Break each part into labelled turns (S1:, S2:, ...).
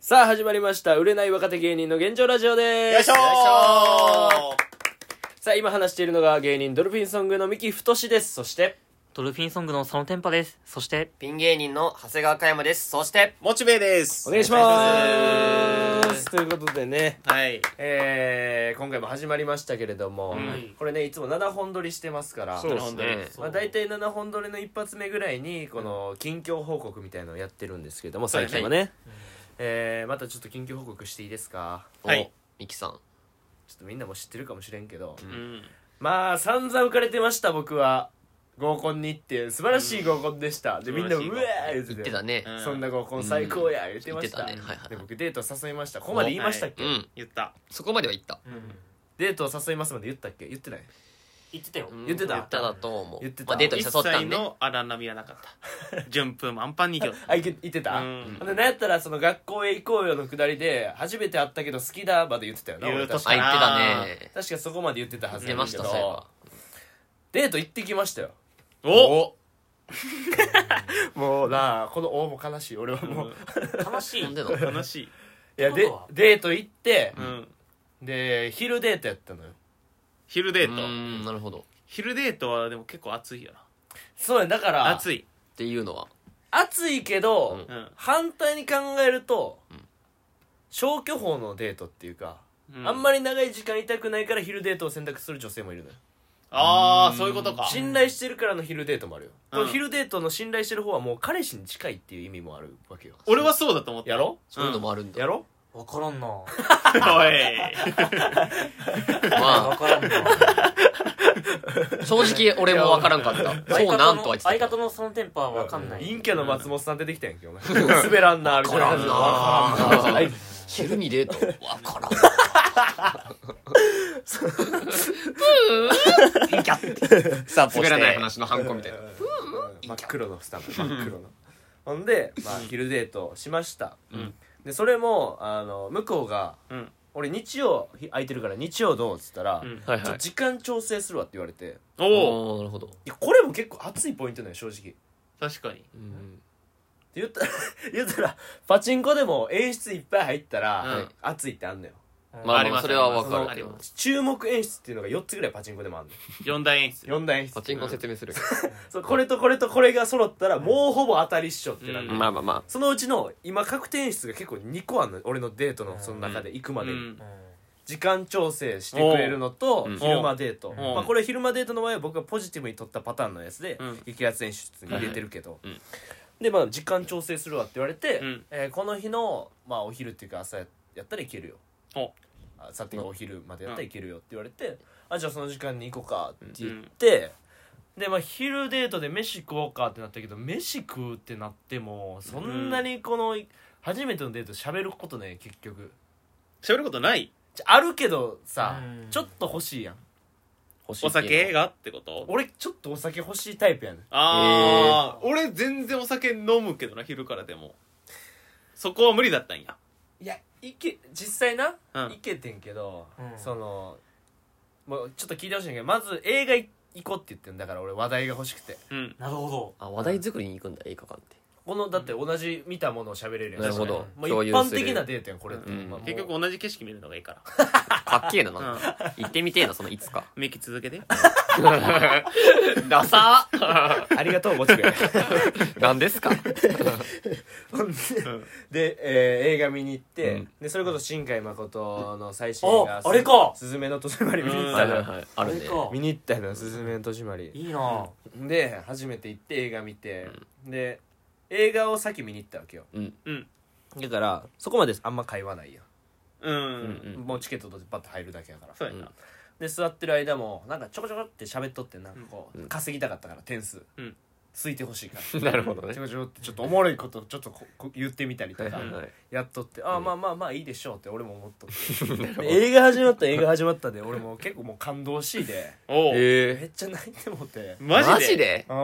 S1: さあ始まりました売れない若手芸人の現状ラジオです
S2: よいしょー
S1: さあ今話しているのが芸人ドルフィンソングの三木太志ですそして
S3: ドルフィンソングの佐野天パです。そして、
S4: ピン芸人の長谷川香山です。そして、
S2: モチベです
S1: お願いしますということでね
S2: はい
S1: えー、今回も始まりましたけれども、
S2: ん
S1: これねいつも7本撮りしてますから
S2: そうですね
S1: まあ、大体7本撮りの一発目ぐらいにこの近況報告みたいのをやってるんですけども最近はね、えー、またちょっと近況報告していいですか
S2: はい
S4: ミキさん。
S1: ちょっとみんなも知ってるかもしれんけど、
S2: うん
S1: まあ散々浮かれてました僕は合コンに行って素晴らしい合コンでした、でみんな「う
S2: 素晴らしい合コン
S1: わ!」言ってた
S4: 言ってたね。
S2: うん
S1: そんな合コン最高や言ってました,、
S4: 言ってたねはいはいはい
S1: で僕デート誘いましたここまで言いましたっけ、
S4: うん。
S2: 言った
S4: そこまでは言った。
S1: デートを誘いますまで言ったっけ言ってない
S5: 言ってたよ、
S4: うん
S1: 言ってた
S4: 言っただと思う。
S1: 言ってた
S4: まあ、デートに
S2: 一
S4: 誘った
S2: 切
S4: んで。
S2: の荒波はなか った順風満帆に行きよった
S1: あいけ言ってた、
S2: う
S1: うん
S2: ん
S1: でなんやったらその学校へ行こうよのくだりで初めて会ったけど好きだまで言ってたよな
S2: 言う
S1: 俺
S2: と
S1: 確か
S2: し
S4: あ、言
S2: あ
S4: ってたね。
S1: 確かそこまで言ってたはず
S4: 出
S1: やね
S4: ま
S1: んけ
S4: し
S1: ど
S4: た、そういえば。
S1: デート行ってきましたよ
S2: お
S1: もうなあこの「お」も悲しい俺はもう、い
S5: 楽しい
S4: なんでの
S2: 楽しい
S1: や
S5: って
S1: で
S5: ことは
S1: デート行って
S2: う、ん
S1: で昼デートやったのよ
S2: 昼デ
S4: う
S2: ート
S4: ん、なるほど。っ
S2: 昼デートはでも結構暑いよ
S1: そうやだか
S2: な
S1: ら
S2: 暑い
S4: ていうのは。
S1: 暑いけど、
S4: うん
S2: うん
S1: 反対に考えると、消去法のデートっていうか、あんまり長い時間いたくないから昼デートを選択する女性もいるのよ
S2: ああそういうことか
S1: 信頼してるからの昼デートもあるよ、
S2: うん
S1: この昼デートの信頼してる方はもう彼氏に近いっていう意味もあるわけよ
S2: 俺はそうだと思った
S1: やろ
S4: そういうのもあるんだ。
S1: や ろ
S5: 分からんな
S2: おい
S4: ま
S5: 分からんな
S4: あ、正直俺もわからんかった。そうなんとは言ってたけ
S5: 相
S4: ど。
S5: 方のそのテンパは分かんない、
S1: 陰キャの松本さん出てきたんやんけお前滑らんなみたいな感じで
S4: わからんな
S1: わからんな
S4: 昼にデート。わからん。ブーいいキャッさあ、滑らない話のハンコみたいな。
S1: 真っ黒のスタン プ真っ黒のほんで、まあ、昼デートしました、
S2: うん
S1: でそれもあの向こうが
S2: うん
S1: 「俺日曜ひ空いてるから日曜どう?」っつったら、
S2: うん
S4: は
S1: ちょ
S4: いは
S1: っと
S4: い。
S1: 時間調整するわ」って言われて
S2: おお
S4: おー、なるほど。
S1: いやこれも結構熱いポイントなのよ正直って
S2: 確かに
S4: うん
S1: 言った 言ったらパチンコでも演出いっぱい入ったら、
S2: うん
S1: 熱いってあんのよ
S4: まあ
S2: り
S4: ま
S2: ます
S4: あそれはわか
S2: あ
S4: るけ
S2: り
S4: ど
S2: ます
S1: 注目演出っていうのが4つぐらいパチンコでもあんのよ
S2: 四大演出
S1: 4大演出
S4: パチンコ説明する
S1: そうこれとこれとこれが揃ったらもうほぼ当たりっしょってなる、
S2: うん
S4: まあまあま
S1: そのうちの今確定演出が結構2個あんのよ俺のデートのその中で行くま
S2: う
S1: でに、
S2: ん
S1: 時間調整してくれるのと
S4: うん
S1: 昼間デート、
S2: ん
S1: まあ、これ昼間デートの場合は僕がポジティブに取ったパターンのやつで
S2: うん
S1: 激アツ演出に入れてるけど、
S4: はいはい
S1: でまあ時間調整するわって言われて、
S2: うん
S1: えーこの日の、まあ、お昼っていうか朝やったらいけるよ
S2: お
S1: あさて
S4: うん
S1: お昼までやったらいけるよって言われて、あじゃあその時間に行こうかって言って、でまあ昼デートで飯食おうかってなったけど飯食うってなってもそんなにこの、初めてのデート喋ることね結局。
S2: 喋ることない
S1: ちょあるけどさ、
S5: うん
S1: ちょっと欲しいやん
S4: あ
S2: お酒がってこと
S1: 俺ちょっとお酒欲しいタイプやねん
S2: ああ、俺全然お酒飲むけどな昼からでもそこは無理だったんや
S1: いやいけ実際な、
S2: うん
S1: いけてんけど、
S5: うん
S1: そのもうちょっと聞いてほしいんだけどまず映画行こうって言ってんだから俺話題が欲しくて
S2: うん
S5: なるほど
S4: あ話題作りに行くんだ映画館って
S1: このだって同じ見たものを喋れるやん
S4: なるほど
S1: もう
S4: 共
S1: 一
S4: 有
S1: 般
S4: する
S1: 的なデートやんこれって、
S4: うん
S1: まあもう
S2: 結局同じ景色見るのがいいか
S4: かっけえな
S2: ら
S4: なんか行ってみてえなそのいつか
S2: うんミキ続けて
S4: ダサ
S1: ありがとうもちろん
S4: なんです か
S1: ほんで
S2: うん
S1: で、えー映画見に行って、
S4: うん
S1: でそれこそ新海誠の最新が
S5: ああれか
S1: すずめの戸締まり」見に行っ
S4: は
S1: た
S4: い
S1: の
S4: は
S1: よ
S4: いはいあるね
S5: あれか
S1: 見に行ったのよすずめの戸締まり」
S5: いいな
S1: で初めて行って映画見て、で映画を先見に行ったわけよ
S4: うん
S2: うん
S1: だからそこまであんま会話ないや、
S2: うん、
S4: うんうん
S1: もうチケット取ってバッと入るだけやから
S2: そうやな
S1: で座ってる間もなんかちょこちょこって喋っとってなんかこう、
S4: うん
S1: 稼ぎたかったから点数、
S2: うん
S1: ついてほしいから
S4: なるほどね
S1: ちょこちょこってちょっとおもろいことちょっとここ言ってみたりと
S4: はい
S1: か
S4: はいはい
S1: やっとって、ああまあまあまあいいでしょうって俺も思っとってで映画始まった映画始まったで俺もう結構もう感動しいで
S2: お
S1: め
S2: う
S4: え
S1: っちゃ泣いてもって
S4: ー
S2: マジで
S4: で
S1: うん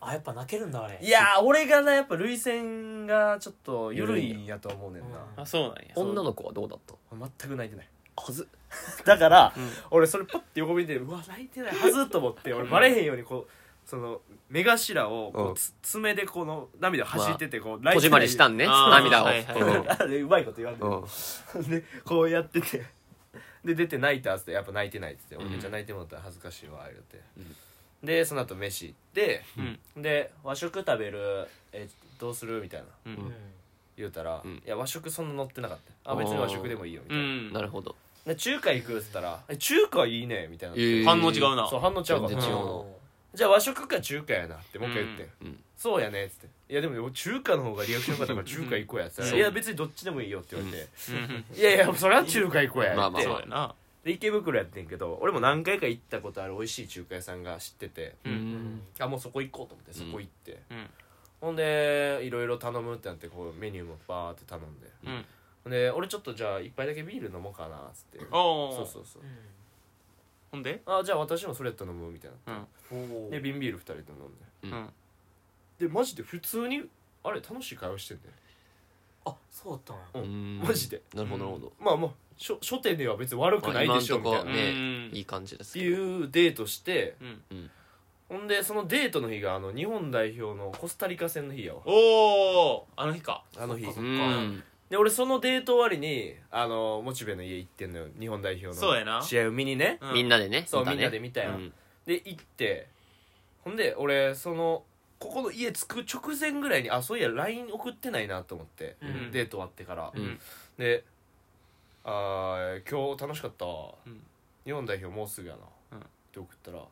S5: あやっぱ泣けるんだあれ
S1: いやー俺がなやっぱ涙腺がちょっと緩いんやと思うねんな
S2: あそうなんや
S4: 女の子はどうだった
S1: 全く泣いてない
S4: はず
S1: だから、俺それパッて横見てうわ泣いてないはずと思って俺バレへんようにこうその目頭をこう
S4: うん
S1: つ爪でこの涙走っててこう、
S4: こじまりしたんね涙を、
S2: あーはいはい
S4: うん
S1: あれうまいこと言わんで、
S4: うん
S1: でこうやっててで出て泣いたっつってやっぱ泣いてないっつって「
S2: ん
S1: 俺じゃあ泣いてもらったら恥ずかしいわ」言うて、でその後飯行って、で和食食べるえどうするみたいな
S2: うん
S1: 言うたら、
S4: うん
S1: いや和食そんな乗ってなかったあ別に和食でもいいよみた
S2: う
S1: いな、
S2: ん
S4: なるほど
S1: で中華行くっつったら「え中華いいね」みたいな、
S4: えー
S2: 反応違うな
S1: そう反応ちゃうかった
S4: 全然違う
S1: うんじゃあ和食か中華やなってもう一回言って、
S4: うんうん
S1: そうやねっつって「いやでも中華の方がリアクション良かったから中華行こうや」っつったら「いや別にどっちでもいいよ」って言われて「いやいやそれは中華行こうや」って、
S4: まあまあ
S2: そうやな
S1: で池袋やってんけど俺も何回か行ったことある美味しい中華屋さんが知ってて、
S2: う
S4: うんん
S1: あもうそこ行こうと思ってそこ行って、
S2: うん
S1: ほんでいろいろ頼むってなってこうメニューもバーって頼んで、
S2: うん
S1: ほんで俺ちょっとじゃあ一杯だけビール飲もうかなっつって
S2: おお
S1: そうそうそう
S2: ほんで
S1: あじゃあ私もそれやったら飲むみたいな
S5: うん
S1: で瓶ビール2人で飲ん
S4: う
S2: うんん
S1: ででマジで普通にあれ楽しい会話してんだよ
S5: あそうだったんや
S1: うん
S4: うん
S1: マジで
S4: なるほどなるほど
S1: まあまあ書書店では別に悪くないでしょみ
S4: まあ
S1: たいな
S4: 今んとこ
S1: っ
S4: ね
S2: うん
S4: いい感じです
S1: て
S4: け
S1: い
S4: ど
S1: うデートして
S2: うん
S1: ほんでそのデートの日があの日本代表のコスタリカ戦の日やわ
S2: おおあの日か
S1: あの日
S4: うん
S1: で俺そのデート終わりにあのモチベの家行ってんのよ日本代表
S2: そうや
S1: の
S2: な
S1: 試合を見にね
S2: うん
S4: みんなでね
S1: そう
S4: 見たね
S1: みんなで見たやん
S4: うん
S1: で行ってほんで俺そのここの家着く直前ぐらいにあそういや LINE 送ってないなと思って、
S5: うん
S1: デート終わってから、
S4: うん
S1: で「あー今日楽しかったわ、
S2: うん
S1: 日本代表もうすぐやな」
S2: うん
S1: って送ったらも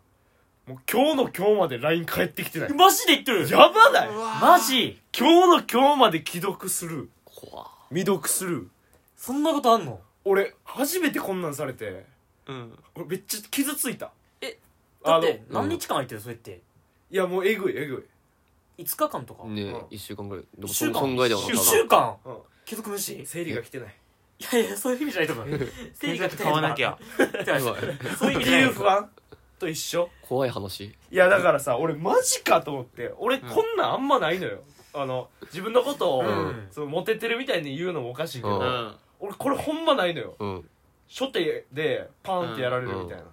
S1: う今日の今日まで LINE 返ってきてない
S5: マジで言ってる
S1: やばない
S5: マジ
S1: 今日の今日まで既読する
S4: 怖っ
S1: 未読する
S5: そんなことあんの
S1: 俺初めてこんなんされて
S2: うん
S1: 俺めっちゃ傷ついた
S5: えだ
S1: あ
S5: っ
S1: のい
S5: て何日間空いてるそれって
S1: やもうえぐいえぐ
S5: 5日間とか
S4: ね
S1: うん
S4: 一週間ぐらいで
S5: 一
S4: も
S5: 週間
S4: そんぐらいだろうな
S5: 1
S4: 多分
S5: 週間
S1: うん
S5: 既読無視
S1: い
S5: い
S1: 生理が来てない
S5: やいやそういう意味じゃないと思う生理が来て
S2: 買わな きゃ
S4: やばい
S5: そういう意
S1: っ
S5: 味
S1: て
S5: じゃ
S1: い
S5: な
S1: う
S5: い
S1: 不安と一緒
S4: 怖い話
S1: いやだからさ俺マジかと思って俺こんなんあんまないのよあの自分のことを
S5: うん
S1: そのモテてるみたいに言うのもおかしいけ
S4: う
S2: う
S1: ど
S2: ん
S1: 俺これほんまないのよ
S4: うん
S1: 初手でパンってやられるみたいな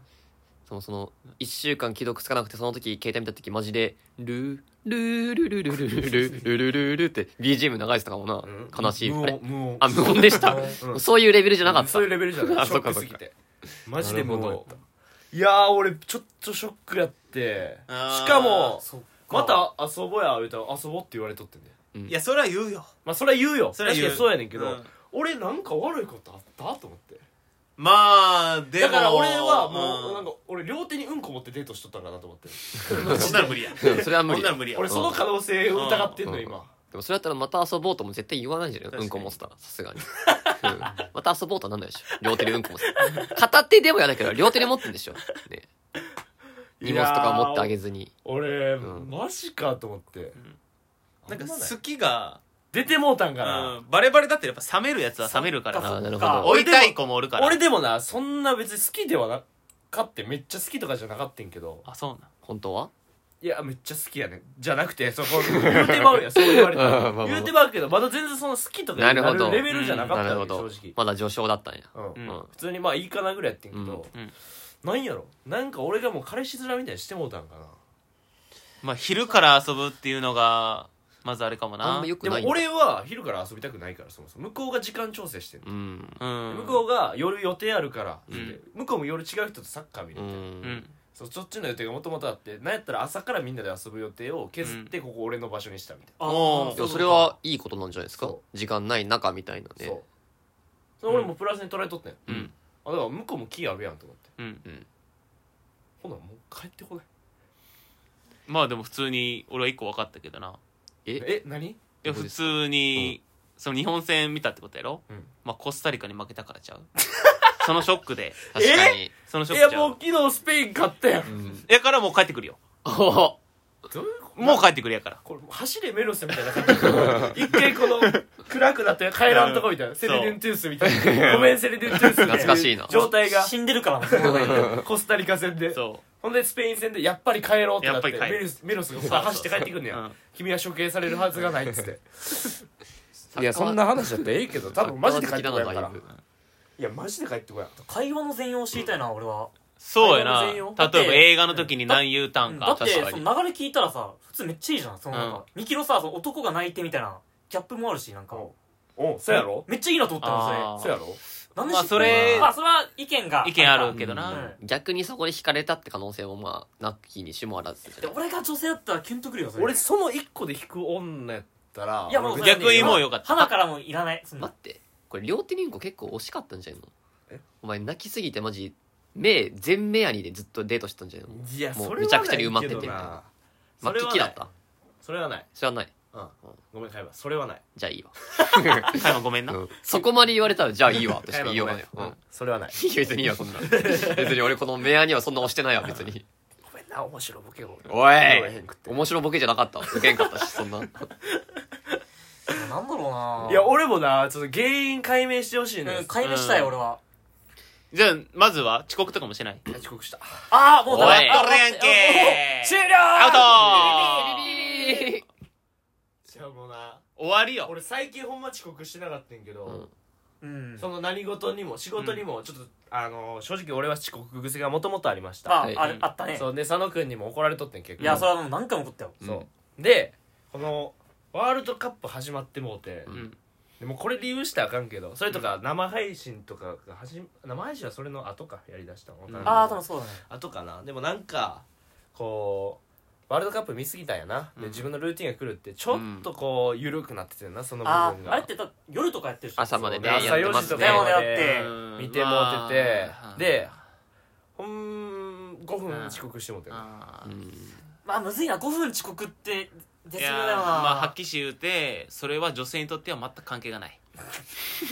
S4: そのその1週間既読つかなくてその時携帯見た時マジでルールールルルルルルルルルルルって BGM 流れてたかもな
S1: うん
S4: 悲しいあ
S1: 無
S4: れ
S1: 音無音
S4: あ無音でした
S1: うん
S4: そういうレベルじゃなかった
S1: そういうレベルじゃない
S4: あ
S1: ショッ
S4: そっ
S1: ク
S4: か
S1: す
S4: そっか
S1: ぎてマジで
S4: な
S1: も
S4: るほ
S1: ういやー俺ちょっとショックやって
S2: あー
S1: しかも
S5: そっか
S1: また遊ぼうや言うたら遊ぼうって言われとってんね
S2: いやそれは言うよ
S1: まあそれは言うよ
S2: それは言う
S1: 確かにそうやねんけど、
S2: うん
S1: 俺なんか悪いことあったと思って
S2: まあでも
S1: だから俺はもうなん
S2: か
S1: か俺両手にうんこ持ってデートしとったんかなと思って
S2: そんなの無理や
S4: うんそれは無
S2: そん
S4: 理
S2: な
S4: で
S2: の無理や
S1: 俺その可能性を疑ってん
S4: う
S1: の
S4: ん
S1: 今
S4: もそれだったらまた遊ぼうとも絶対言わないんじゃない
S2: 確か
S4: う
S2: に
S4: んこ持ってたらさすがにうんまた遊ぼうとはなん ないでしょ両手でうんこ持ってた片手でもやだけど両手で持ってんでしょね荷物とか持ってあげずに
S1: 俺
S4: うん
S1: マジかと思って
S2: なんか
S1: あんまない
S2: 好きが
S1: 出てもうたんかな
S2: うバレバレだってやっぱ冷めるやつは冷めるから
S4: あ
S2: な
S4: ーなるほ
S5: そっか
S4: ど
S2: 追いたい子もおるから
S1: 俺でもなそんな別に好きではなかってめっちゃ好きとかじゃなかったんけど
S2: あそうなん
S4: 本当はい
S1: やめっちゃ好きやねんじゃなくてそこ言うてまう やそう言われた
S4: まあまあま
S1: ら
S4: あ
S1: 言うてまうけどまだ全然その好きとか
S4: な
S1: に
S4: る
S1: な
S4: ほど
S1: るレベルじゃなかっ
S4: な
S1: たの
S4: るほ
S1: よ
S4: ど
S1: 正直
S4: まだ序章だったんや
S1: うん
S2: う
S4: うんん
S1: 普通にまあいいかなぐらいやってんけど、
S2: うん
S1: なんやろなんか俺がもう彼氏面みたいにしてもうたんかな
S2: まあ昼から遊ぶっていうのがまずあれかもな
S4: あんまよく
S1: で
S4: ない
S1: も
S4: んだ
S1: 俺は昼から遊びたくないからそもそも向こうが時間調整してんの、
S4: うん
S2: うん
S1: 向こうが夜予定あるから、
S2: ん
S1: 向こうも夜違う人とサッカー見る
S4: う
S1: みたいな、
S2: うんん
S1: そうそっちの予定がもともとあってなんやったら朝からみんなで遊ぶ予定を削ってここ俺の場所にしたみたいな、
S5: あ
S2: おー
S4: いやそれはいいことなんじゃないですか
S1: そ
S4: 時間ない中みたいな
S1: そ
S4: ね
S1: うそれ俺もプラスに捉えとったんよ、
S2: うん
S1: あだから向こうも気あるやんと思って
S2: うん
S1: ほなもう帰ってこない
S2: まあでも普通に俺は一個分かったけどな
S4: え
S1: え何
S2: いや
S4: どう
S2: 普
S4: ですか
S2: 通にその日本戦見たってことやろ
S1: うん
S2: まあコスタリカに負けたからちゃうそのショックで
S4: 確かに
S2: そのショ
S1: い
S2: ッ
S1: や
S2: クちゃ
S1: もう
S2: う
S1: 昨日スペイン勝ったやん
S2: やからもう帰ってくるよ
S4: おお
S1: どういうこと
S2: もう帰ってくるやから
S1: これ走れメロスみたいな感じ一回この暗くなって帰らんとこみたいなセレデントゥースみたいなごめんセレデントゥースみたいな
S4: 懐かしいな
S1: 状態が
S5: 死んでるからなその 前に
S1: コスタリカ戦で
S2: そ
S1: ほんでスペイン戦でやっぱり帰ろうってなって
S2: やっぱ
S1: メ
S2: り帰る
S1: ロスメロスが
S2: う
S1: ここ走って帰ってくんね
S2: う
S1: や
S2: ん
S1: 君は処刑されるはずがないっつって
S4: う
S1: いやそんな話だったらええけど多分マジで帰ってこやん
S4: だ
S1: か
S4: い
S1: ら
S4: ぶ
S1: いやマジで帰ってこやん
S5: 会話の全容を知りたいな俺は
S2: そうやな
S5: 会話の全容
S2: 例えば映画の時に何言うた
S5: うんんだ
S2: か
S5: って
S4: 確か
S5: そ
S4: に
S5: の流れ聞いたらさ普通めっちゃいいじゃんそのなんか、ミキロさその男が泣いてみたいなギャップもあるしなんか
S1: うんおそうやろ
S5: めっちゃいいなと思ったのそれ
S2: あー
S1: そうやろ
S5: なんで
S2: まあそれ
S5: まあそれは意見が
S2: 意見あるけど
S4: う
S2: な、
S4: ん逆にそこに惹かれたって可能性もまあなきにしもあらずじゃ
S5: で
S4: ない
S5: 俺が女性だったらキュンとくるよそれ
S1: 俺その一個で引く女やったら
S5: いやもう
S1: 俺
S2: 逆にもうよかった
S5: 花からもいらないそんな
S4: 待ってこれ両手にうんこ結構惜しかったんじゃないのお前泣きすぎてマジ目全目やりでずっとデートしてたんじゃないの
S1: いや
S4: もう
S1: それはない
S4: めちゃくちゃに埋まって
S1: け
S4: て
S1: ど
S4: みたい
S1: な
S4: な
S1: それ
S4: 巻
S1: は
S4: き
S1: ない
S4: きだった
S1: それはない
S4: 知らない
S1: うんごめん会話それはない
S4: じゃあいいわ、
S2: 加山ごめんな、
S4: うんそこまで言われたらじゃあい いわとしか言いようがない、
S1: ご
S4: う
S1: め
S4: ん、
S1: ん
S4: い
S1: うんそれはない
S4: いよ 別にいいよそんな別に俺この明暗にはそんな押してないわ別に
S1: ごめんな面白ボケを
S4: おい
S1: 俺へんくて
S4: 面白ボケじゃなかった受けんかったしそんな
S5: なんだろうない
S1: や俺もなちょっと原因解明してほしいね
S5: うん解明したい俺は
S2: じゃあまずは遅刻とかもしない
S1: 遅刻した
S5: ああもうだ
S2: おい
S5: あ
S2: 俺やんけ
S5: もう終了
S2: アウト
S1: じゃあもうな
S2: 終わりよ
S1: 俺最近ほんま遅刻してなかったんやけど、
S4: うん
S5: うん
S1: その何事にも仕事にもちょっと、あの正直俺は遅刻癖がもともとありました、
S5: あ
S4: はい
S5: あれあったね
S1: そうで佐野君にも怒られとってん結構
S5: いやそれはもう何回も怒ったよ
S1: そうでこのワールドカップ始まってもうて、
S2: ん
S1: でもこれ理由したらあかんけどそれとか生配信とかが始め生配信はそれの後かやりだしたの、
S2: うん
S5: ああ多分そうだね
S1: 後かなでもなんかこうワールドカップ見すぎたんやな、
S2: うん
S1: で自分のルーティンが来るってちょっとこう緩くなっててんなその部
S5: あ
S1: 分
S5: ああれっ
S1: が
S5: てだ夜とかやってるでしょ
S4: 朝までね
S1: そう朝
S4: やってま
S1: 4時
S4: す
S1: と
S4: ね
S1: かま
S5: でもや
S1: で
S5: って
S1: 見てもうてて、でほん5分遅刻してもうてんな
S2: あー
S4: うん
S5: まあむずいな5分遅刻って
S2: い
S5: 絶
S2: や
S5: 妙
S2: ー
S5: だよな
S2: まあはっきり言うてそれは女性にとっては全く関係がない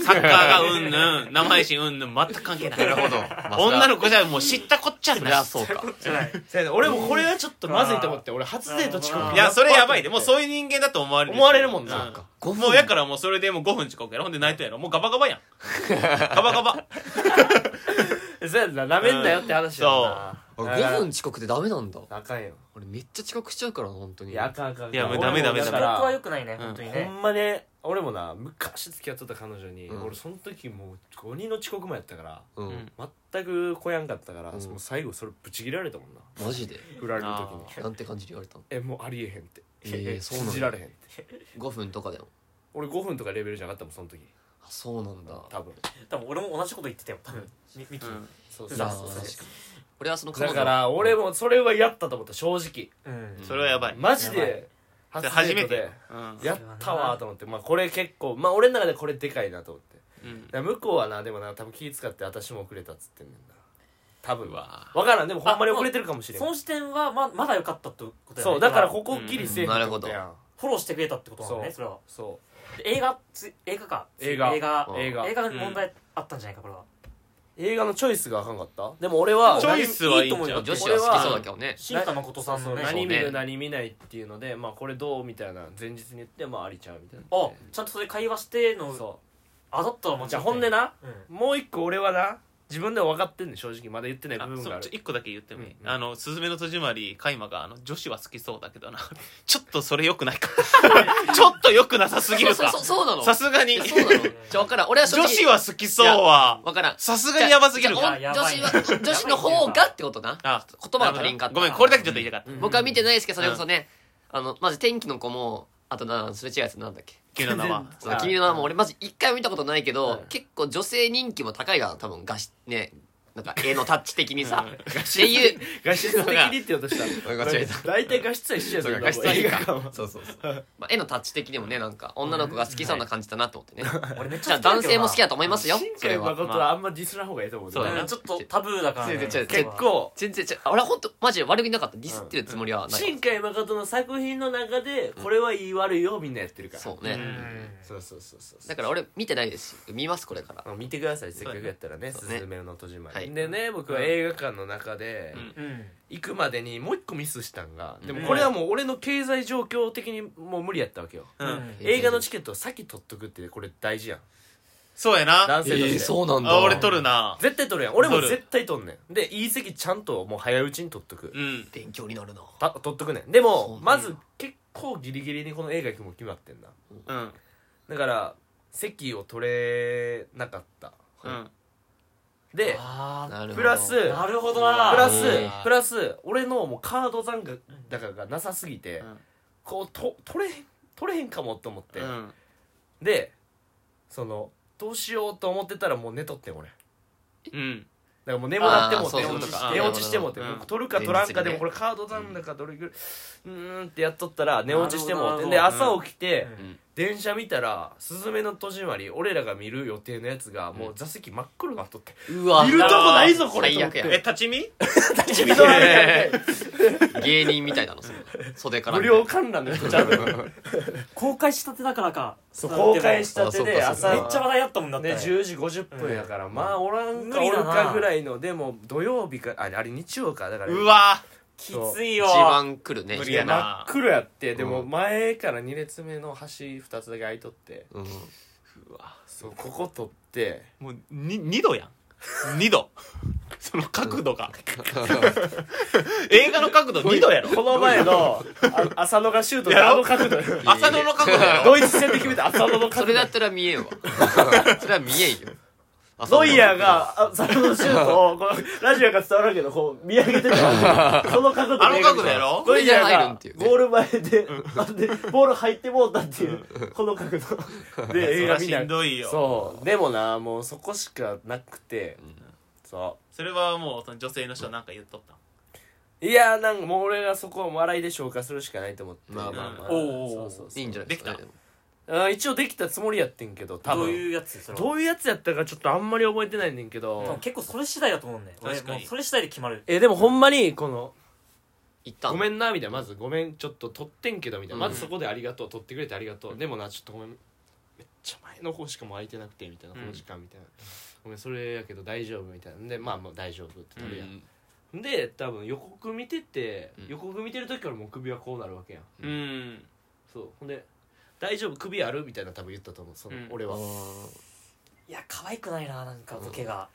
S2: サッカーがうんぬん生配信うんぬん全く関係ない
S4: なるほ ど、
S2: 女
S4: の
S2: の子じゃもう知ったこっちゃ
S4: そ
S2: な
S4: り
S2: い
S4: ゃそうか
S5: じゃない
S1: せやね俺もこれはちょっとまずいと思って俺初デート遅刻
S5: あ
S2: いやそれやばいでもう
S1: う
S2: そういう人間だと思われる
S1: 思われるもんな
S2: う
S4: 5
S2: もうやからもうそれでもう5分遅刻やろほんで泣いたやろもうガバガバ やんガバガバ
S1: そうやんななめんなよって話やんな、
S4: 5分遅刻ってダメなんだ
S1: あかんよ
S4: 俺めっちゃ遅刻しちゃうからな本当に
S1: いやあかんあかんあかん
S2: いやもうダメダメダメ
S5: 遅
S1: だ
S5: 刻
S1: から
S5: は良くないね
S2: うん
S5: 本当に
S1: ほ
S5: ね
S1: んまね俺もな昔付き合っとった彼女に、
S4: うん
S1: 俺その時もう鬼の遅刻もやったから
S4: うん、
S2: うん
S1: 全く来やんかったから、
S4: うん
S1: もう最後それブチ切られたもんな
S4: マジで
S1: 振られる時に
S2: あ
S4: なんて感じで言われたの
S1: えもうありえへんって、
S4: えーそうな
S1: 信
S4: んだ
S1: じられへんって
S4: 5分とかでも
S1: 俺5分とかレベルじゃなかったもんその時
S4: あそうなんだ
S1: 多分
S5: 多分俺も同じこと言ってたよ多分みミキ
S2: うん
S1: そう
S5: うん
S1: そう
S4: あ
S1: そう
S4: ー
S5: そう
S4: 確かに俺はその彼
S1: だ
S4: 女
S1: から俺もそれはやったと思った正直
S5: うん
S2: それはやばい
S1: マジ
S5: やば
S1: で初デ
S2: 初め
S1: ート
S2: て
S1: で
S2: うん
S1: やったわと思ってまあこれ結構まあ俺の中でこれでかいなと思って
S2: うん
S1: だから向こうはなでもな多分気使って私も遅れたっつってんねんな多分
S2: うわ
S1: 分からんでもほんまに遅れてるかもしれん
S5: その視点はままだ良かったってことだよね
S1: そうだからここっきりセーフ
S4: うん
S1: ってことやん
S5: フォローしてくれたってことなんだ
S1: そ
S5: ね
S1: う
S5: それは
S1: そ
S5: で映画つ映画か
S1: 映画
S5: 映画
S1: う映画
S5: 映画の問題あったんじゃないかこれは
S1: 映画のチョイスがあかんかったでも俺は
S2: チョイスはいいんちゃう
S4: 女子は好きそうだけどね
S5: 新田誠さんの
S1: そうそ
S5: ね
S1: う何見
S4: そうね
S1: る何見ないっていうのでまあこれどうみたいな前日に言ってまあありちゃうみたいな
S5: あちゃんとそれ会話しての
S1: そ
S5: あだったら間違
S1: う
S5: い
S1: じゃあほんでな
S5: うん
S1: もう一個俺はな自分でも分かってんねん正直まだ言ってない
S2: あ
S1: 部分
S2: そ
S1: があ
S2: っち
S1: る
S2: 一個だけ言ってもいい、
S1: うん
S2: あの「すずめの戸締まり」カイマがあの女子は好きそうだけどなちょっとそれよくないか ちょっとよくなさすぎる
S4: そう
S2: か
S4: そうそうなの
S2: さすがに
S4: いや
S2: 女
S4: そうなのじゃあ分からん俺は正直
S2: 子は好きそうは
S4: 分からん
S2: さすがにやばすぎる
S4: じゃあ
S2: か
S5: いや
S4: 女子は女子の方がってことな
S2: あ
S4: 言葉が足りんかった
S2: ごめんこれだけちょっと言いたかった、
S1: うん
S4: 僕は見てないですけどそれこそねあのまず天気の子もあとなすれ違いやつなんだっけ
S2: 君の名は
S4: その君の名も俺マジ一回も見たことないけど、
S1: うん
S4: 結構女性人気も高いが多分がしねなんか絵のタッチ的にさ、
S2: うん
S4: っていう
S1: 画質的にって言おうとした
S4: ごめんごめん間違えた
S1: 大 体画質は一緒や
S4: そうか
S1: ぞ
S4: 画質はいいか
S1: 今も
S4: そうそうそう、まあ、絵のタッチ的にもねなんか女の子が好きそうな感じだなと思ってね、
S5: 俺めっち
S4: じゃ
S5: ゃ
S4: あ男性も好きだと思いますよ
S1: 新
S4: それ
S1: 海
S4: は
S1: 誠はあんまディスらん方がいいと思う
S2: そうだな
S5: うんちょっとタブーだからね
S4: 全然違う
S1: 結構
S4: 全然違う俺は本当マジで悪気なかったディスってるつもりはない、
S1: 新海誠の作品の中でこれはいい悪いよみんなやってるから
S4: そう
S2: う
S4: ね、
S5: うんん
S1: そうそうそうそう
S4: だから俺見てないですし見ますこれから
S1: あ見てくださいせっかくやったらね「
S4: そ
S1: す
S4: うね
S1: ずめの戸締まり」
S4: はい
S1: でね僕は映画館の中で
S2: うん
S5: うん
S1: 行くまでにもう一個ミスしたんが
S4: うん
S1: でもこれはもう俺の経済状況的にもう無理やったわけよ
S2: うん
S5: うん
S1: 映画のチケットを先取っとくってこれ大事やん
S2: そうやな
S1: 男性として、
S4: うな
S2: あ俺取るな
S1: 絶対取るやん俺も絶対取んねんでいい席ちゃんともう早いうちに取っとく
S2: うん
S4: 勉強になるな
S1: た取っとくねんで
S4: そう
S1: も
S4: ね
S1: まず結構ギリギリにこの映画行くも決まってんな
S2: うん
S1: だから席を取れなかった
S2: うん
S1: で
S5: あ
S4: なるほど
S1: プラス
S5: ーなるほどな
S1: プラ
S4: う
S1: ス
S4: ん
S1: プラス俺のもうカード残高がなさすぎて、
S2: うん
S1: こうと取れへん取れへんかもと思って、
S2: うん
S1: でそのどうしようと思ってたらもう寝とってん俺だか
S2: うん
S1: らもう眠なってもう
S4: あ
S1: て
S4: ーそう
S2: そ
S1: 寝落ち
S2: うそう
S1: し
S2: か
S1: 寝落ちしてもうて、
S2: うん
S1: 僕取るか取らんかで
S4: 現実に
S1: も
S4: ね
S1: これカード残高どれぐらいうーんってやっとったら寝落ちしてもう
S5: なるほ
S1: て
S5: ど
S1: で
S5: なる
S2: ほど
S1: 朝起きて、
S5: うん
S1: 電車見たら「すずめの戸締まり」俺らが見る予定のやつがもう座席真っ黒になっとって、
S4: うわ
S1: 見るとこないぞこれ
S4: 最悪や
S1: と
S2: え
S1: 思って
S2: 立ち見
S1: 立ち見とられて
S4: 芸人みたいなのその袖か ら
S1: 無料観覧の人ちゃうの
S5: 公開したてだからか
S1: そう公開し
S5: め
S1: たてで
S4: あそうかそう
S1: 朝
S4: か
S5: っちゃ話題やったもんだって
S1: ね、10時50分やから、まあおらんか
S5: 無
S1: お
S5: 理
S1: る
S5: だな
S1: かぐらいのでも土曜日かああれ日曜かだから
S2: うわ
S5: きつい
S4: 一
S5: よ
S4: 番来るね
S2: 無理
S1: いや
S2: やな
S1: 真っ黒やってでも
S4: うん
S1: 前から2列目の端2つだけ開いとって
S4: うん
S1: そうここ取って
S2: もうに二度やん二度 その角度が映画の角度二度やろ
S1: この前のあ浅野がシュート
S2: やろ
S1: あの角度
S2: 浅野の角度やろ
S1: ドイツ戦で決め た浅野の
S4: そ
S1: 角
S4: れ
S1: 度
S4: だったら見えんわそれは見えんよ
S1: ノイヤーが浅野のシュート をこうラジオが伝わらんけどこう見上げてたその角度で
S2: あの角度やろ
S1: ノイヤー
S4: これじゃ入るん
S1: が
S4: っていうね
S1: ゴール前で あでボール入ってもうたっていうこの角度で
S2: そ
S1: 映
S2: り
S1: 画
S2: ゃ
S1: 見
S2: し
S1: ない
S2: んどいよ
S1: そうでもなもうそこしかなくて、そ
S2: それはもうその女性の人なんか言っとった
S1: ういやーなんかもう俺がそこを笑いで消化するしかないと思って
S4: まあまあまあ
S1: うん
S5: おうおうおう
S1: そうそうそう
S4: いいんじゃないですかね
S2: で
S1: あ一応できたつもりやってんけど多
S5: どう
S1: 分
S5: いうやつそれは
S1: どういうやつやったかちょっとあんまり覚えてないねんけ
S5: 多分
S1: ど
S5: 結構それ次第だと思うんだよ俺
S2: 確かに
S5: もうそれ次第で決まる
S1: えでもほんまにこの
S4: 一
S1: 「
S4: 旦
S1: ごめんな」みたいなまず「ごめんちょっと撮ってんけど」みたいなま
S4: うん
S1: ずそこで「ありがとう撮ってくれてありがとう」でもなちょっとごめんめっちゃ前の方しかもう空いてなくてみたいなこの時間みたいな「ごめんそれやけど大丈夫」みたいなんでまあもう大丈夫ってなるやんで多分予告見てて、
S4: うん
S1: 予告見てる時からもう首はこうなるわけやん
S2: うん
S1: そうほんで「大丈夫首ある?」みたいな多分言ったと思うその、
S2: うん
S1: 俺は
S5: いや可愛くないななんかボケ が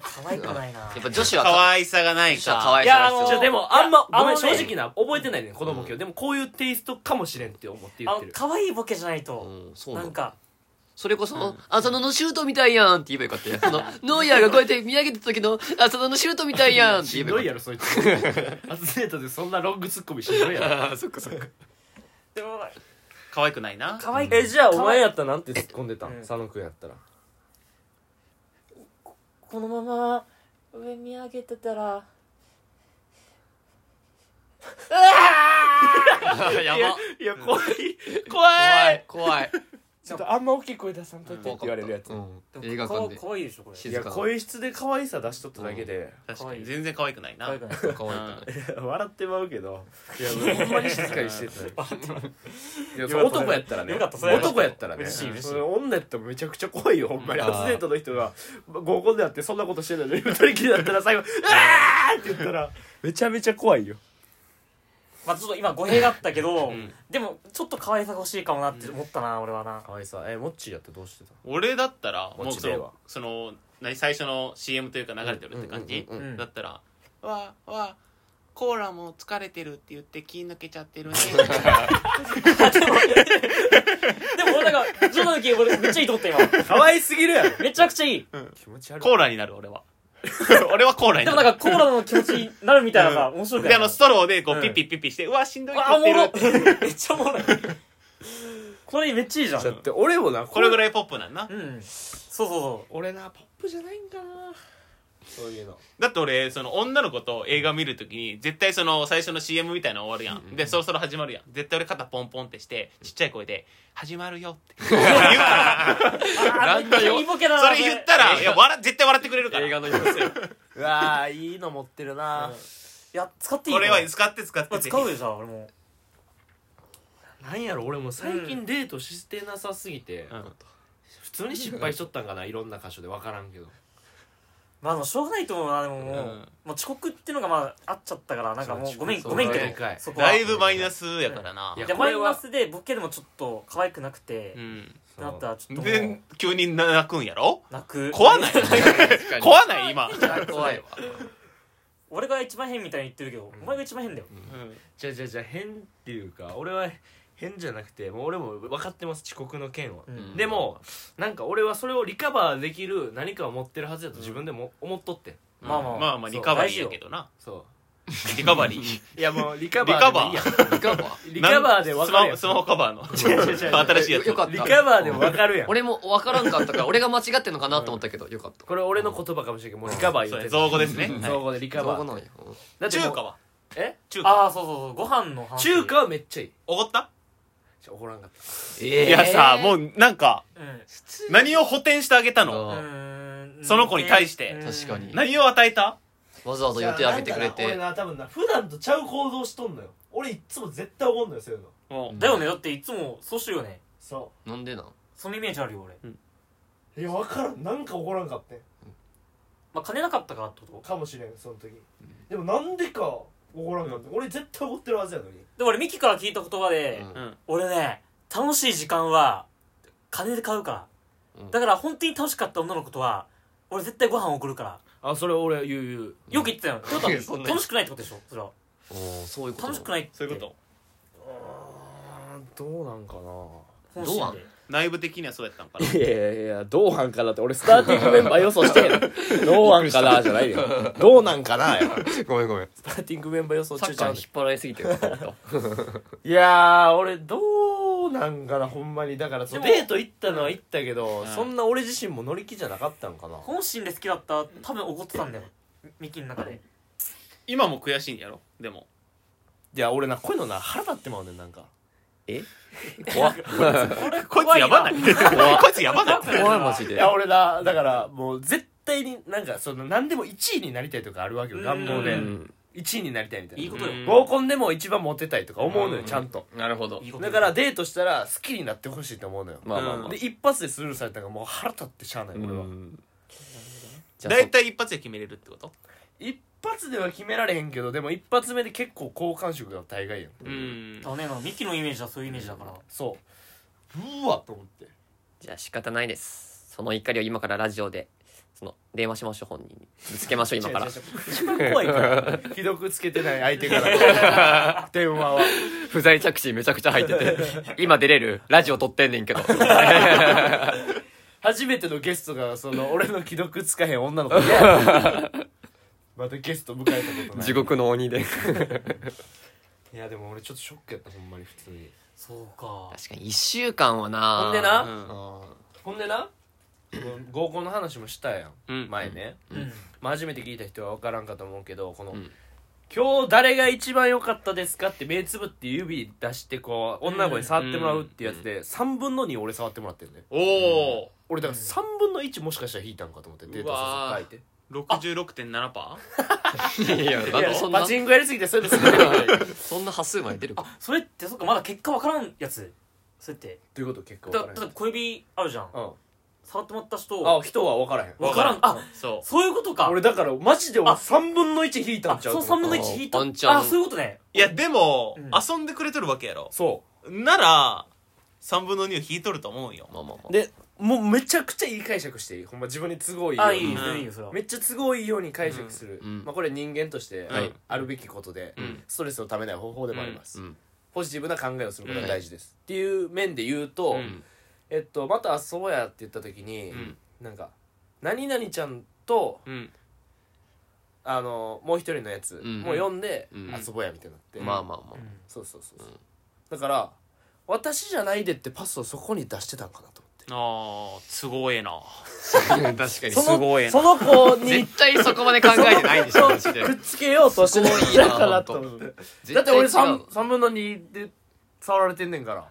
S5: 可愛くないな
S4: やっぱ女子は
S2: 可
S4: か
S2: 愛さがない
S4: 女子は
S2: か
S4: 可愛
S1: い
S4: さ
S1: やあ
S4: が
S1: の
S4: 必
S1: じゃあ
S4: 要だ
S1: でもあんま
S5: いや
S1: ごめん
S5: あのね
S1: 正直な覚えてないねん子供今日、でもこういうテイストかもしれんって思って言
S5: あ
S1: っ
S5: の
S1: てる
S5: 可愛いボケじゃないと
S4: うんそう
S5: な
S4: なんんだ
S5: か
S4: それこそ浅野のシュートみたいやんって言えばよかったよそのノイヤーがこうやって見上げてた時の浅野のシュートみたいやんって
S1: し
S4: 言え
S1: ん
S4: ばよ
S1: どいやろそ
S4: かっ
S1: い つアスリートでそんなロングツッコミしんどいやろ
S5: でも
S2: 可愛くないな
S5: 可愛く
S1: えじゃあお
S5: 可愛
S1: 前
S5: い
S1: やったらなんて突っ込んでたん
S5: うん
S1: 佐野くんやったら
S5: このまま上見上げてたら
S4: たやば
S1: いや怖い
S4: 怖
S1: 怖
S4: い怖い
S1: ちょっとあんま大きい声出さんといて
S4: 怖
S1: っ
S4: か
S1: て言わ
S4: った
S1: れるやつ
S4: うん
S5: でも
S4: 映画
S5: 顔
S4: 館で
S5: 可愛いでしょこれ
S1: い
S4: 静
S1: や
S4: かな
S1: 声質で可愛さ出しとっただけで
S2: 確
S5: 可
S2: か
S5: 愛
S2: に
S5: い
S2: 全然可愛くないな
S5: 可愛くない
S4: 可愛かったね
S1: 笑ってまうけどいやほんまに静かにしてたいやそう
S5: よかった
S1: 男やったらね
S5: よかったそれ
S1: 男やったらね
S5: 嬉しい嬉しい
S1: その女やったらめちゃくちゃ怖いよほんまに
S4: うん
S1: アスデートの人が合コンであってそんなことしてないのに二人きりだったら最後「うわー!」って言ったらめちゃめちゃ怖いよ
S5: まあちょっと今語弊があったけど、
S2: ん
S5: でもちょっと可愛さが欲しいかもなって思ったな、俺はな
S1: 可愛さえモッチーやってどうしてた
S2: 俺だったらも
S1: モ
S2: う
S1: チ
S2: そ
S1: ベは
S2: のその何最初の CM というか流れてるって感じ
S4: うんうんうん
S5: うんうん
S2: だったら「わわコーラも疲れてるって言って気抜けちゃってるね」
S5: でも俺なんかちょっとだけ俺めっちゃいいと思った今
S1: 可愛すぎるやろ
S5: めちゃくちゃいい
S1: 気持ち悪い
S2: コーラになる俺は 俺はコーラに
S5: で
S2: な
S5: も
S2: る
S5: なんかコーラの気持ちになるみたいなさ、面白くな
S2: で
S5: い
S2: あのストローでこ
S5: う
S2: うんピッピッピッピして「うわしんどい」
S5: わあおもろ
S2: って言ってる
S5: めっちゃおもろいこれめっちゃいいじゃん
S1: だって俺もな
S2: これぐ
S1: い
S2: らいポップなんな
S5: うんそうそうそ
S1: 俺なポップじゃないんかなそういうの
S2: だって俺その女の子と映画見るときに絶対その最初の CM みたいなの終わるやん、でそろそろ始まるやん絶対俺肩ポンポンってしてちっちゃい声で「始まるよ」って言うから
S5: うあーめっちゃいいボケだ
S2: そ
S5: な
S2: れ言ったらいや笑絶対笑ってくれるから
S4: 映画の様子
S1: うわーいいの持ってるな、
S5: いや使っていい
S2: これは
S5: 使
S2: 使って使ってぜひ
S5: 使うよじゃあ俺も
S1: なんやろ俺もう最近デートしてなさすぎて、
S2: うん
S1: 普通に失敗しとったんかないろんな箇所で分からんけど
S5: まあでもしょうがないと思うなでももう,、
S2: うん
S5: もう遅刻っていうのがまああっちゃったからなんかも
S1: そう
S5: うごめん
S1: 遅
S5: ご
S1: 刻
S5: めんけ
S1: そうでかい
S5: どそこは
S2: だいぶマイナスやからな
S1: うんいや
S5: で
S1: こ
S5: マ
S1: れ
S5: イ
S1: は
S5: ナスでボケでもちょっと可愛くなくて、
S2: うん
S5: なったらちょっともう
S2: で急に泣くんやろ
S5: 泣く
S2: 怖ない
S4: 確かに
S2: 怖ない今
S4: 怖いわ
S5: 俺が一番変みたいに言ってるけど、お前が一番変だよ、
S1: じゃあじゃあじゃあ変っていうか俺は変じゃなくてもう俺も分かってます遅刻の件は、
S5: うん
S1: でもなんか俺はそれをリカバーできる何かを持ってるはずだと自分でも思っとってん
S5: まあまあ
S2: まあまあリカバリーやけどな
S1: そ
S2: リカバリー
S1: ういやもうリカバーでいいやん
S4: リカバ
S1: リカバーで分かるやん
S2: スマホスマホカバーの
S1: 違う違う違う
S2: 新しいやつ
S4: よかっ
S1: リカバーでも分かるやん
S4: 俺も分からんかったから俺が間違ってんのかなと思ったけどよかった
S1: これ俺の言葉かもしれんけどもうリカバー
S2: そ
S1: 言
S2: う
S1: っ
S2: ね
S1: て
S2: 造語ですね
S1: うん
S2: はい
S1: 造語でリカバ
S4: そう
S1: ー
S4: なんやうん
S1: だってもう
S2: 中華は
S1: え
S2: 中華
S5: ああそうそうそうご飯の話
S1: 中華はめっちゃいい
S2: おごった
S1: ちょ怒らんかった
S4: えー
S2: いやさもうなんか
S5: うん
S2: 何を補填してあげた
S4: う
S2: の
S4: ん
S5: うーん
S2: その子に対して
S5: うん
S4: 確かに
S2: 何を与えた
S4: わざわざ予定あげてくれ
S1: いや
S4: て
S1: なんかな俺な多分な普段とちゃう行動しとんのよ俺いっつも絶対怒んのよそういうの
S2: も
S5: だよねだっていつもそうしようよね
S1: そ
S4: なんでなん
S5: そのイメージあるよ俺
S1: ういや分からんなんか怒らんかったん
S5: まあ金なかったからってこと
S1: かもしれんその時でもなんでか怒らんかった、俺絶対怒ってるはずやのに
S5: でも俺ミキから聞いた言葉で、
S4: うん
S2: ううん
S5: 俺ね楽しい時間は金で買うから、
S4: うん
S5: だから本当に楽しかった女の子とは俺絶対ご飯を送るから
S1: あそれ俺言う言う
S5: よく言ってたよ、ってこと
S4: いや そ
S5: は
S4: んな
S5: 楽しくないってことでしょそれは
S4: おーそういうこと
S5: 楽しくないって
S2: そういうこと
S1: どうなんか
S5: 本心で
S4: どうなん
S2: 内部的にはそうやったんかな
S1: ないやいやいやどうなんかなって俺スターティングメンバー予想してんの どうなんかなじゃないよどうなんかなや
S4: ごめんごめん
S1: スターティングメンバー予想
S4: サ
S1: 中
S4: ッ
S1: じ
S4: カー
S1: ゃ
S4: に引っ張られす ぎてる
S1: いやー俺どうなんかなほんまにだからその
S5: でも
S1: デート行ったのは行ったけど、
S2: ん
S1: そんな俺自身も乗り気じゃなかったんかな
S5: 本心で好きだったら多分怒ってたんだよミキの中で
S2: 今も悔しいんやろでも
S1: いや俺なこういうのな腹立ってまうねんなんか
S2: こいつやばないこいつやばない
S4: 怖いマジ
S1: い
S4: で
S1: や俺なだからもう絶対になんかその何でも1位になりたいとかあるわけよ
S5: うん
S1: 願望
S4: う
S1: で
S4: ん
S1: 1位になりたいみた
S5: いい
S1: い
S5: こ
S1: な
S5: とよ、
S2: うん
S1: 合コンでも一番モテたいとか思うのよ
S4: うん
S1: ちゃんと
S4: なるほど
S5: いいこと
S1: だからデートしたら好きになってほしいと思うのよ
S4: まあまあまあ
S1: で一発でスルーされたのがもう腹立ってしゃあない俺は
S4: じゃあ
S2: 大体一発で決めれるってこと
S1: 一発では決められへんけどでも一発目で結構好感触が大概やん
S2: うん
S5: だねまあミキのイメージはそういうイメージだから、
S1: そううわと思って
S4: じゃあ仕方ないですその怒りを今からラジオでその電話しましょう本人にぶつけましょう今か ら
S1: 違う違う違う怖いから既読つけてない相手 から電話は
S4: 不在着信めちゃくちゃ入ってて 今出れるラジオ撮ってんねんけど
S1: 初めてのゲストがその俺の既読つかへん女の 子嫌やまたゲスト迎えたことない
S4: 地獄の鬼で
S1: いやでも俺ちょっとショックやったほんまに普通に
S5: そうか
S4: 確かに1週間はな
S1: ほんで
S2: う
S1: なあ
S2: ん
S1: ほんでな合コンの話もしたやん、
S2: うん
S1: 前ね、
S5: うん
S1: まあ、初めて聞いた人は分からんかと思うけどこの、
S4: うん
S1: 今日誰が一番良かったですか?」って目つぶって指出してこう女の子に触ってもらうっていうやつで、3分の2俺触ってもらってんね
S2: おお
S1: 俺だから3分の1もしかしたら引いたんかと思ってデートさせて書いて
S2: 66.7%?
S4: いやなんでそん
S1: パ
S4: な
S1: チンコやりすぎてそれ ですね
S4: そんな端数まで出るか
S5: それってそっかまだ結果わからんやつそれって
S1: ということ結構
S5: だ
S1: 分か
S5: だ
S1: ら
S5: っ
S1: へん
S5: て小指あるじゃん
S1: うん
S5: 触ってもらった人
S1: あ人は分からへん
S5: わからんあ
S2: そ
S5: そういうことか
S1: 俺だからマジで俺
S5: あ
S1: 3分の1引いた
S5: あ
S1: んちゃう
S5: そ
S1: と
S5: う
S1: 思った
S5: 3分の1引いた
S4: ワンチャン
S5: あそういうことね
S2: ういやでも、
S5: うん
S2: 遊んでくれとるわけやろ
S1: そ
S2: なら3分の2を引いとると思うよ
S4: まあまあま
S1: うでもうめちゃくちゃいい解釈していいほんま自分に都合いいよ
S5: あ
S1: う
S5: いい
S1: に
S5: よ
S2: うん
S5: いいよそれは
S1: めっちゃ都合いいように解釈する、
S4: うんうん
S1: まあ、これ人間として
S2: はい
S1: あるべきことで、
S2: うん
S1: ストレスをためない方法でもあります、
S4: あうん
S1: ポジティブな考えをすることが大事です、っていう面で言うと、
S2: うん
S1: えっと、また遊ぼうやって言った時に、
S2: うん
S1: なんか何々ちゃんと
S2: うん
S1: あのもう一人のやつ、
S4: うん
S1: もう読んで、
S4: うん
S1: 遊ぼうやみたいになって、
S4: まあまあまあ
S1: そうそうそうそう、
S4: うん
S1: だから私じゃないでってパスをそこに出してたんかなと思って
S2: あー都合ええな
S4: 確かに
S1: その
S2: すごいな
S1: その子に
S4: 絶対そこまで考えてないでしょマジで
S1: くっつけようとして
S4: すごいな
S1: だからと思ってだって俺 3, 三分の2で触られてんねんから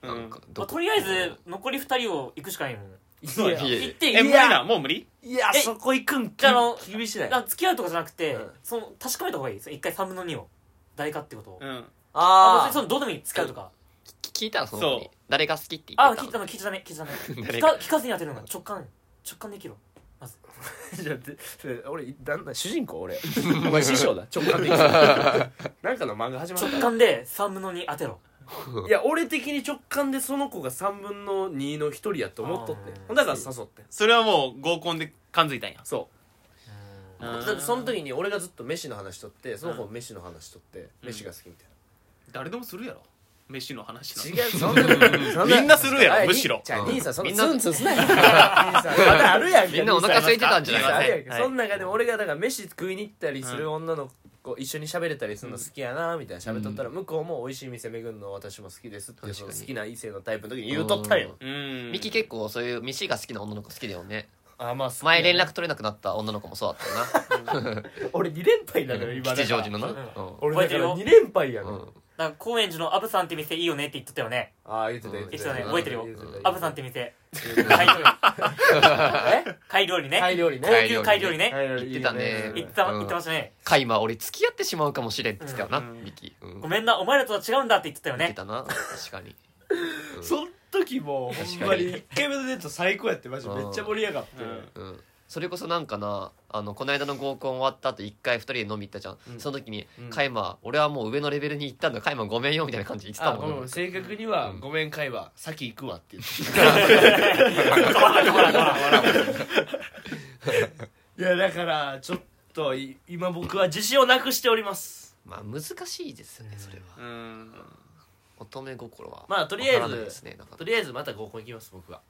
S4: なんか
S5: ま
S4: ど
S5: あ
S4: こと
S5: りあえず残り2人を行くしかないもん
S1: いや
S4: いやいや
S5: 行ってい
S2: え無理
S5: や
S2: なもう無理
S1: いや
S5: え
S1: そこ行くん
S5: じ
S1: か
S5: ゃああの
S1: 厳しない
S5: だから付き合うとかじゃなくて、
S1: うん
S5: その確かめた方がいいその1回3分の2を誰かってことを、
S2: うん
S5: あ別
S1: あ
S5: にそ
S1: ー
S5: のどうでもいい付き合うとか
S4: 聞いたのその子に
S2: そう
S4: 誰が好きって言
S5: あ
S4: っ
S5: 聞
S4: て
S5: い
S4: た
S5: た
S4: の
S5: の聞いちゃダメ聞いちゃダメ
S4: 誰
S5: 聞か
S4: が
S5: 聞かずに当てるのが直感直感で生きろまず
S1: じゃあでそれ俺旦那主人公 俺お前師 匠だ直感的になんかの漫画始まった
S5: 直感で3分の2当てろ
S1: いや俺的に直感でその子が3分の2の1人やと思っとって
S5: あー
S1: だから誘って
S2: それはもう合コンで感づいたんや
S1: そううんだってその時に俺がずっと飯の話とってその子も飯の話とって飯が好きみたいな
S2: 誰でもするやろ飯の話なの
S1: 違うそんなそ
S2: みんなするやろむしろ
S1: じゃあ兄さんそん
S4: み
S1: なん
S4: な
S1: ツンツンすなよ兄さんまだあるやんか
S4: みんなお腹空いてたんじゃ
S1: 兄さんあ
S4: ない
S1: るやんか
S3: はい
S1: その中でも俺がだから飯食いに行ったりする女の子一緒に喋れたりするの好きやなみたいな喋っとったら向こうも美味しい店巡るの私も好きですって
S4: 確
S1: そ
S4: か
S1: の
S4: に
S1: 好きな異性のタイプの時に言うとったんよ
S2: うん
S4: ミキ結構そういう飯が好きな女の子好きだよね
S1: あまあ好きやな
S4: 前連絡取れなくなった女の子もそうだったよ
S1: 俺2連敗なのよ
S4: な
S1: 今だから
S4: 吉祥寺のな
S5: うん
S4: う
S1: 俺だから
S5: 覚
S1: 2連敗や
S4: んう
S1: の
S4: ん
S5: なんか高円寺のアブさんって店いいよねって言っとったよね
S1: ああ言ってた言ってた
S5: 言ってたね覚えてるよ
S1: 言ってた
S5: アブさんって店
S1: 言ってた
S5: 貝料理
S1: え
S5: 貝料理ね
S1: タイ料理ね
S5: 高級貝料理ね
S1: 言
S4: 言ってたね
S5: 言ってた
S4: うん
S5: 言ってましたね
S4: カイマ俺付き合ってしまうかもしれんって言ってたよな
S2: うん
S4: ミキうん
S5: ごめんなお前らとは違うんだって言ってたよ
S4: 言っ
S5: ね
S4: てたな確かにうん
S1: その時も
S4: 確かに
S1: ほんまに1回目のデート最高やってマジめっちゃ盛り上がって、
S2: うん
S4: うんそれこそなんかなあのこの間の合コン終わった後一回二人で飲み行ったじゃん、
S1: うん
S4: その時に
S1: うん
S4: 「カイマ俺はもう上のレベルに行ったんだカイマごめんよ」みたいな感じで言っ
S1: あ
S4: てた
S1: ご
S4: もん
S1: めん正確には
S4: う
S1: 「
S4: ん
S1: ごめん会話先行くわ」って言って いやだからちょっとい今僕は自信をなくしております
S4: まあ難しいですよねそれは、
S2: うん
S4: 乙女心は
S1: まあとりあえず
S4: わからないですねなかな
S1: と
S4: か
S1: りあえずまた合コン行きます僕は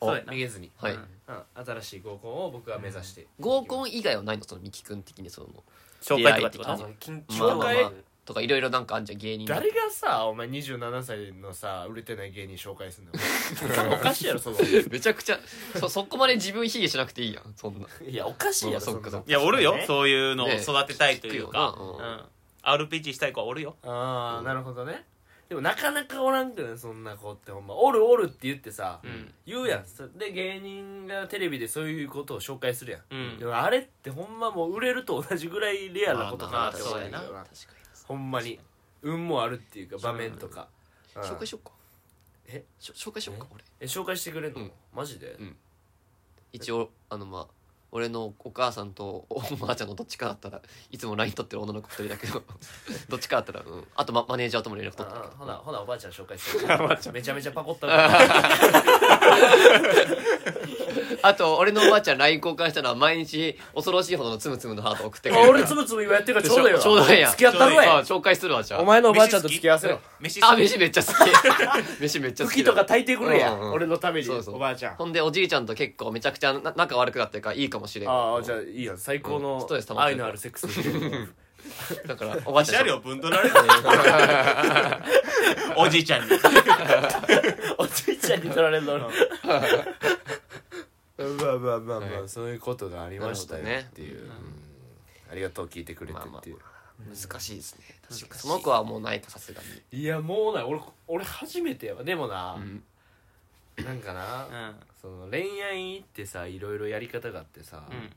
S4: お
S2: そうやな
S1: めげずに、
S4: はい、
S2: うん
S1: うん、新しい合コンを僕は目指して、
S4: 合コン以外はないのそのミキ君的にその
S2: 紹介とかってこ
S4: 出会い
S2: と
S4: 的な
S5: 緊
S4: まあ
S5: 張
S4: まあ
S5: 感
S4: まあとかいろいろなんかあんじゃん芸人
S1: 誰がさお前27歳のさ売れてない芸人紹介 すんだおかしいやろその
S4: めちゃくちゃそ そこまで自分卑下しなくていいやんそんない
S1: やおかしいやろ
S4: まあそっか
S1: んない
S2: いやおるよ
S5: ね
S2: そういうのを
S4: ね
S2: 育てたいというか
S4: 聞くよ
S2: う
S4: なん
S2: RPG したい子はおるよ
S1: ああなるほどねでもなかなかおらんくないそんな子ってほんま「おるおる」って言ってさ、
S2: うん
S1: 言うやんそで芸人がテレビでそういうことを紹介するやん、
S2: うん
S1: でもあれってほんまもう売れると同じぐらいレアなことかなって
S2: まあ
S1: 思
S2: ま
S1: う
S2: あ
S1: けど
S2: そう
S1: なほんまに運もあるっていうか場面とか、うん
S4: 紹介しようか
S1: え
S4: しょ紹介しようか俺
S1: え紹介してくれんの、
S4: うん
S1: マジで、
S4: うん一応あのまあ俺のお母さんとお ばあちゃんのどっちかだったらいつも LINE 取ってる女の子2人だけど どっちかだったら、うん、あとママネージャーとも連絡
S1: あ
S4: 取ってる
S1: あ
S4: け
S1: ほ
S4: ど
S1: な
S4: ま
S1: ほなおばあちゃん紹介して めちゃめちゃパコった
S4: ああと俺のおばあちゃん LINE 交換したのは毎日恐ろしいほどのつむつむのハート送ってくれる
S1: 俺つぶつぶ今やってるからちょうどよ
S4: ちょうどええやん
S1: 付き合ったろ
S4: あ
S1: や
S4: 紹介するわじゃあ
S1: お前のおばあちゃんと付き合わせろ
S2: 飯好き
S4: あ飯めっち ゃ好き飯めっちゃ好
S1: 好
S4: き
S1: き
S4: だ
S1: とか炊いてくれや、
S4: うんうん
S1: 俺のために
S4: そうそう
S1: おばあちゃん
S4: ほんでおじいちゃんと結構めちゃくちゃな仲悪くなってるからいいかもしれん
S1: ああじゃあいいやん最高
S4: うん
S1: の
S4: ストレス溜まって
S1: 愛
S4: る
S1: のあるセックス できるわ
S4: だから おばあちゃ
S2: 車
S4: ん
S2: 両ぶんどられる おじいちゃんに
S1: おじいちゃんに取られるのまあまあまあまあそういうことがありましたよ
S4: なるほどね
S1: っていううんありがとう聞いてくれてっていう
S4: 難しいですね確かにその子はもうないかさすがに
S1: いやもうない俺俺初めてやわでもな
S4: うん
S1: なんかな
S2: うん
S1: その恋愛ってさいろいろやり方があってさ
S2: うん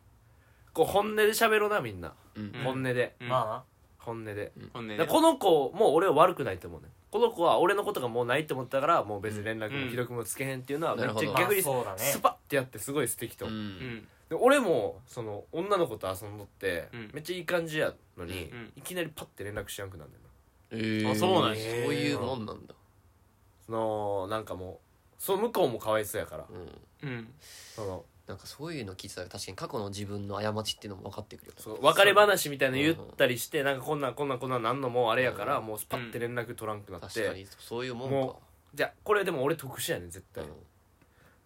S1: こう本音で喋ろうなみんな
S4: うん
S2: ん
S1: 本音で
S2: うん
S5: ま
S1: 本音で
S2: 本音
S1: だ
S2: で
S1: からこの子もう俺は悪くないと思うねこの子は俺のことがもうないと思ったからもう別に連絡
S2: う
S1: も
S2: ん
S1: 既読もつけへんっていうのは
S4: うん
S1: めっちゃ
S5: あまあ
S1: 逆に
S5: そうだね
S1: スパッてやってすごい素敵と
S4: う
S1: 思うん
S2: うんん
S1: で俺もその女の子と遊んどって
S2: うん
S1: めっちゃいい感じやのに
S2: うん
S1: いきなりパッて連絡しやんくなんだよな
S4: えー
S2: あそうなんや
S4: そういうもんなんだ
S1: そのなんかもうその向こうもかわいそうやから
S4: うん
S2: うん
S1: その
S4: なんかそういうの聞いてたら確かに過去の自分の過ちっていうのも分かってくるよ
S1: そう別れ話みたいなの言ったりしてなんかこんなんこんなんこんなんなんのもあれやからもうスパッて連絡取らんくなっ
S4: 確か
S1: て
S4: にそういうもんか
S1: もじゃあこれでも俺特殊やね絶対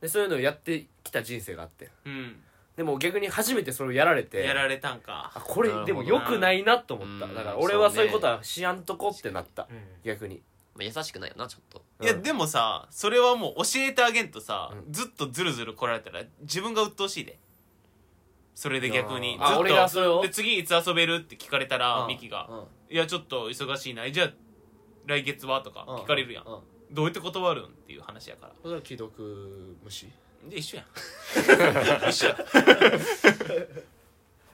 S1: でそういうのをやってきた人生があって
S2: うん
S1: でも逆に初めてそれをやられて
S2: やられたんか
S1: あこれ
S4: なるほ
S1: で
S4: ど
S1: も
S4: な
S1: 良くないなと思った
S4: うん
S1: だから俺は
S4: そ
S1: そうう
S4: ね
S1: いうことはしやんとこってなった
S5: あうん
S1: 逆に
S4: まあ、優しくないよなちょっと
S2: いや
S1: うん
S2: でもさそれはもう教えてあげんとさ
S1: う
S2: ずっとズルズル来られたら自分が鬱陶しいでそれで逆に
S1: あ
S2: ずっと
S1: 俺がそれを
S2: で次いつ遊べるって聞かれたら
S1: うん
S2: ミキが
S1: うん
S2: 「いやちょっと忙しいなじゃあ来月は?」とか
S1: うん
S2: 聞かれるやん
S1: うん
S2: どうやって断るんっていう話やから
S1: それは既読無視
S2: で一緒やん 一緒やん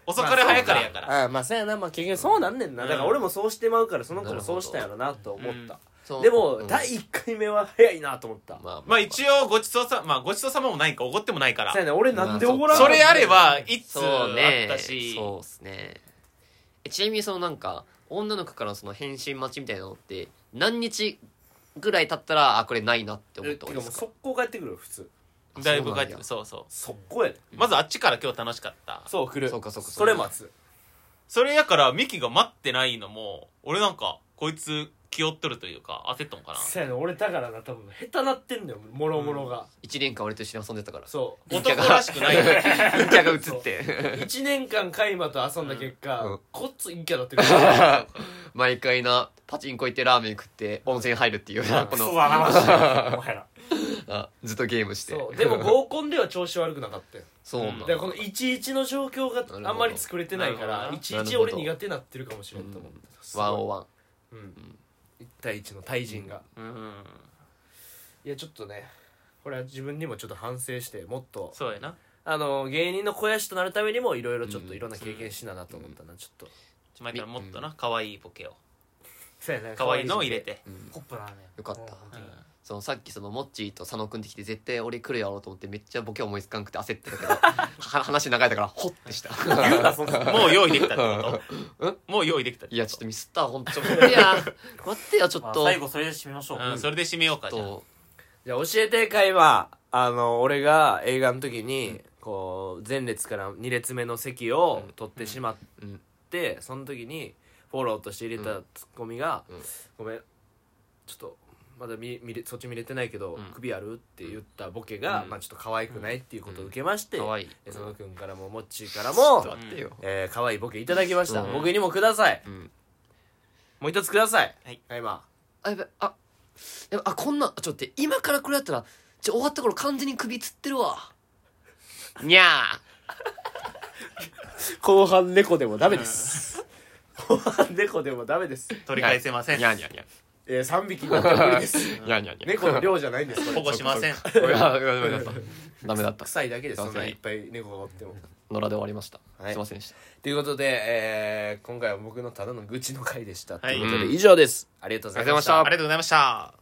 S2: 遅かれ早かれやから
S1: あまあそうやなまあ結局そうなんねんな
S2: うん
S1: だから俺もそうしてまうからその子もそうしたんやろなと思
S2: なる
S1: っ
S2: ほど
S1: た
S4: そう
S1: でも
S4: うん
S1: 第1回目は早いなと思った
S4: まあ、まあ
S2: まあ一応ごちそうさまあごちそうさまもないかおごってもないから
S1: そうやねん俺なんでおごらん
S2: それあればいつあ
S4: そうね
S2: ったし
S4: そうっすねえちなみにそのなんか女の子からのその返信待ちみたいなのって何日ぐらい経ったらあこれないなって思
S1: え
S4: って
S1: か
S4: た方
S1: もう
S4: がいいですか
S1: 速攻帰ってくるよ普通
S2: だいぶ帰ってくる
S4: そ
S2: そうそう
S1: 速攻やね
S2: まずあっちから今日楽しかった
S1: そう来る
S4: そうかそうか
S1: それ待つ
S2: それやからミキが待ってないのも俺なんかこいつ気負っとるというか焦っとんかな
S1: そうやね俺だからな多分下手なってんだよもろもろが、
S4: 一年間俺と一緒に遊んでたから。
S1: そう
S4: 陰キャ
S2: 男らしくないよ ね
S4: 陰キャが映って。
S1: 1年間カイマと遊んだ結果、
S4: うん
S1: こっつ陰キャだってる から
S4: 毎回な、パチンコ行ってラーメン食って温泉入るっていうな、こ
S5: クソ
S4: の、
S5: だなマジで お前ら
S4: あずっとゲームして。
S1: そうでも合コンでは調子悪くなかったよ
S4: そうな
S1: だ
S4: んだ
S1: からこの11の状況
S4: ほ
S1: が
S4: ど
S1: あんまり作れてないか
S2: なる
S1: ら
S2: ほど
S1: 11俺苦手になってるかもしれんと思って
S4: ワンオワン。
S1: うん1対1の対人が
S2: うん
S1: いやちょっとねこれは自分にもちょっと反省してもっと
S2: そうやな
S1: あの芸人の肥やしとなるためにもいろいろちょっといろんな経験しななと思ったなちょっと
S2: ちまいたらもっとな可愛いボケを
S1: そうやね
S2: 可愛いのを入れて
S5: ポップなのよ
S4: よかった
S2: うん
S4: そのさっきそのモッチーと佐野くんできて絶対俺来るやろうと思ってめっちゃボケ思いつかんくて焦ってたけどは話長いだからホッてした
S5: 言うなそんな
S2: もう用意できたってこともう用意できたってこと
S4: いやちょっとミスったわほんとちょっと待ってや待ってよちょ
S5: ま
S4: っ
S5: あ
S4: と
S5: 最後それで締めましょう
S2: うんそれで締めようかじゃあ
S4: と
S1: じゃあ教えてか今あの俺が映画の時にこう前列から2列目の席を取ってしまってその時にフォローとして入れたツッコミが
S4: うん
S1: 「ごめんちょっとまだ見見れそっち見れてないけど
S4: うん
S1: 首ある?」って言ったボケが
S4: うん
S1: まあちょっと可愛くないっていうことを受けまして
S4: 可愛いい
S1: え
S4: ち
S1: 佐
S4: ょ
S1: 野
S4: っ
S1: 君からもモッチーから
S4: と
S1: も
S4: 待ってよ
S1: えー可愛いボケいただきました
S4: うん
S1: 僕にもください
S4: うん
S1: もう一つください
S2: はい
S1: 今
S4: あやべあやべあこんなちょっと待って今からこれやったらちょ終わった頃完全に首つってるわにゃ
S1: 後半猫でもダメです後半猫でもダメです
S2: 取り返せませ
S4: ー
S2: ん
S4: にゃーにゃーにゃ
S1: えー、3匹になったら無理です。
S4: ーにゃーにゃーにゃー
S1: 猫の量じゃないんです、こ
S2: 保
S1: れ。
S2: 護しません
S4: うわうわうわうわダメだった
S1: 臭いだけです、
S4: すい
S1: そ
S4: ま
S1: ん
S4: せん
S1: ないっぱい猫がおっても。
S4: 野良で終わりました
S1: はい
S4: すいませんでした
S1: ということで、えー今回は僕のただの愚痴の回でした。
S2: はい
S1: ということで、以上です。ありがとうございました
S4: あ
S2: ありがとうございました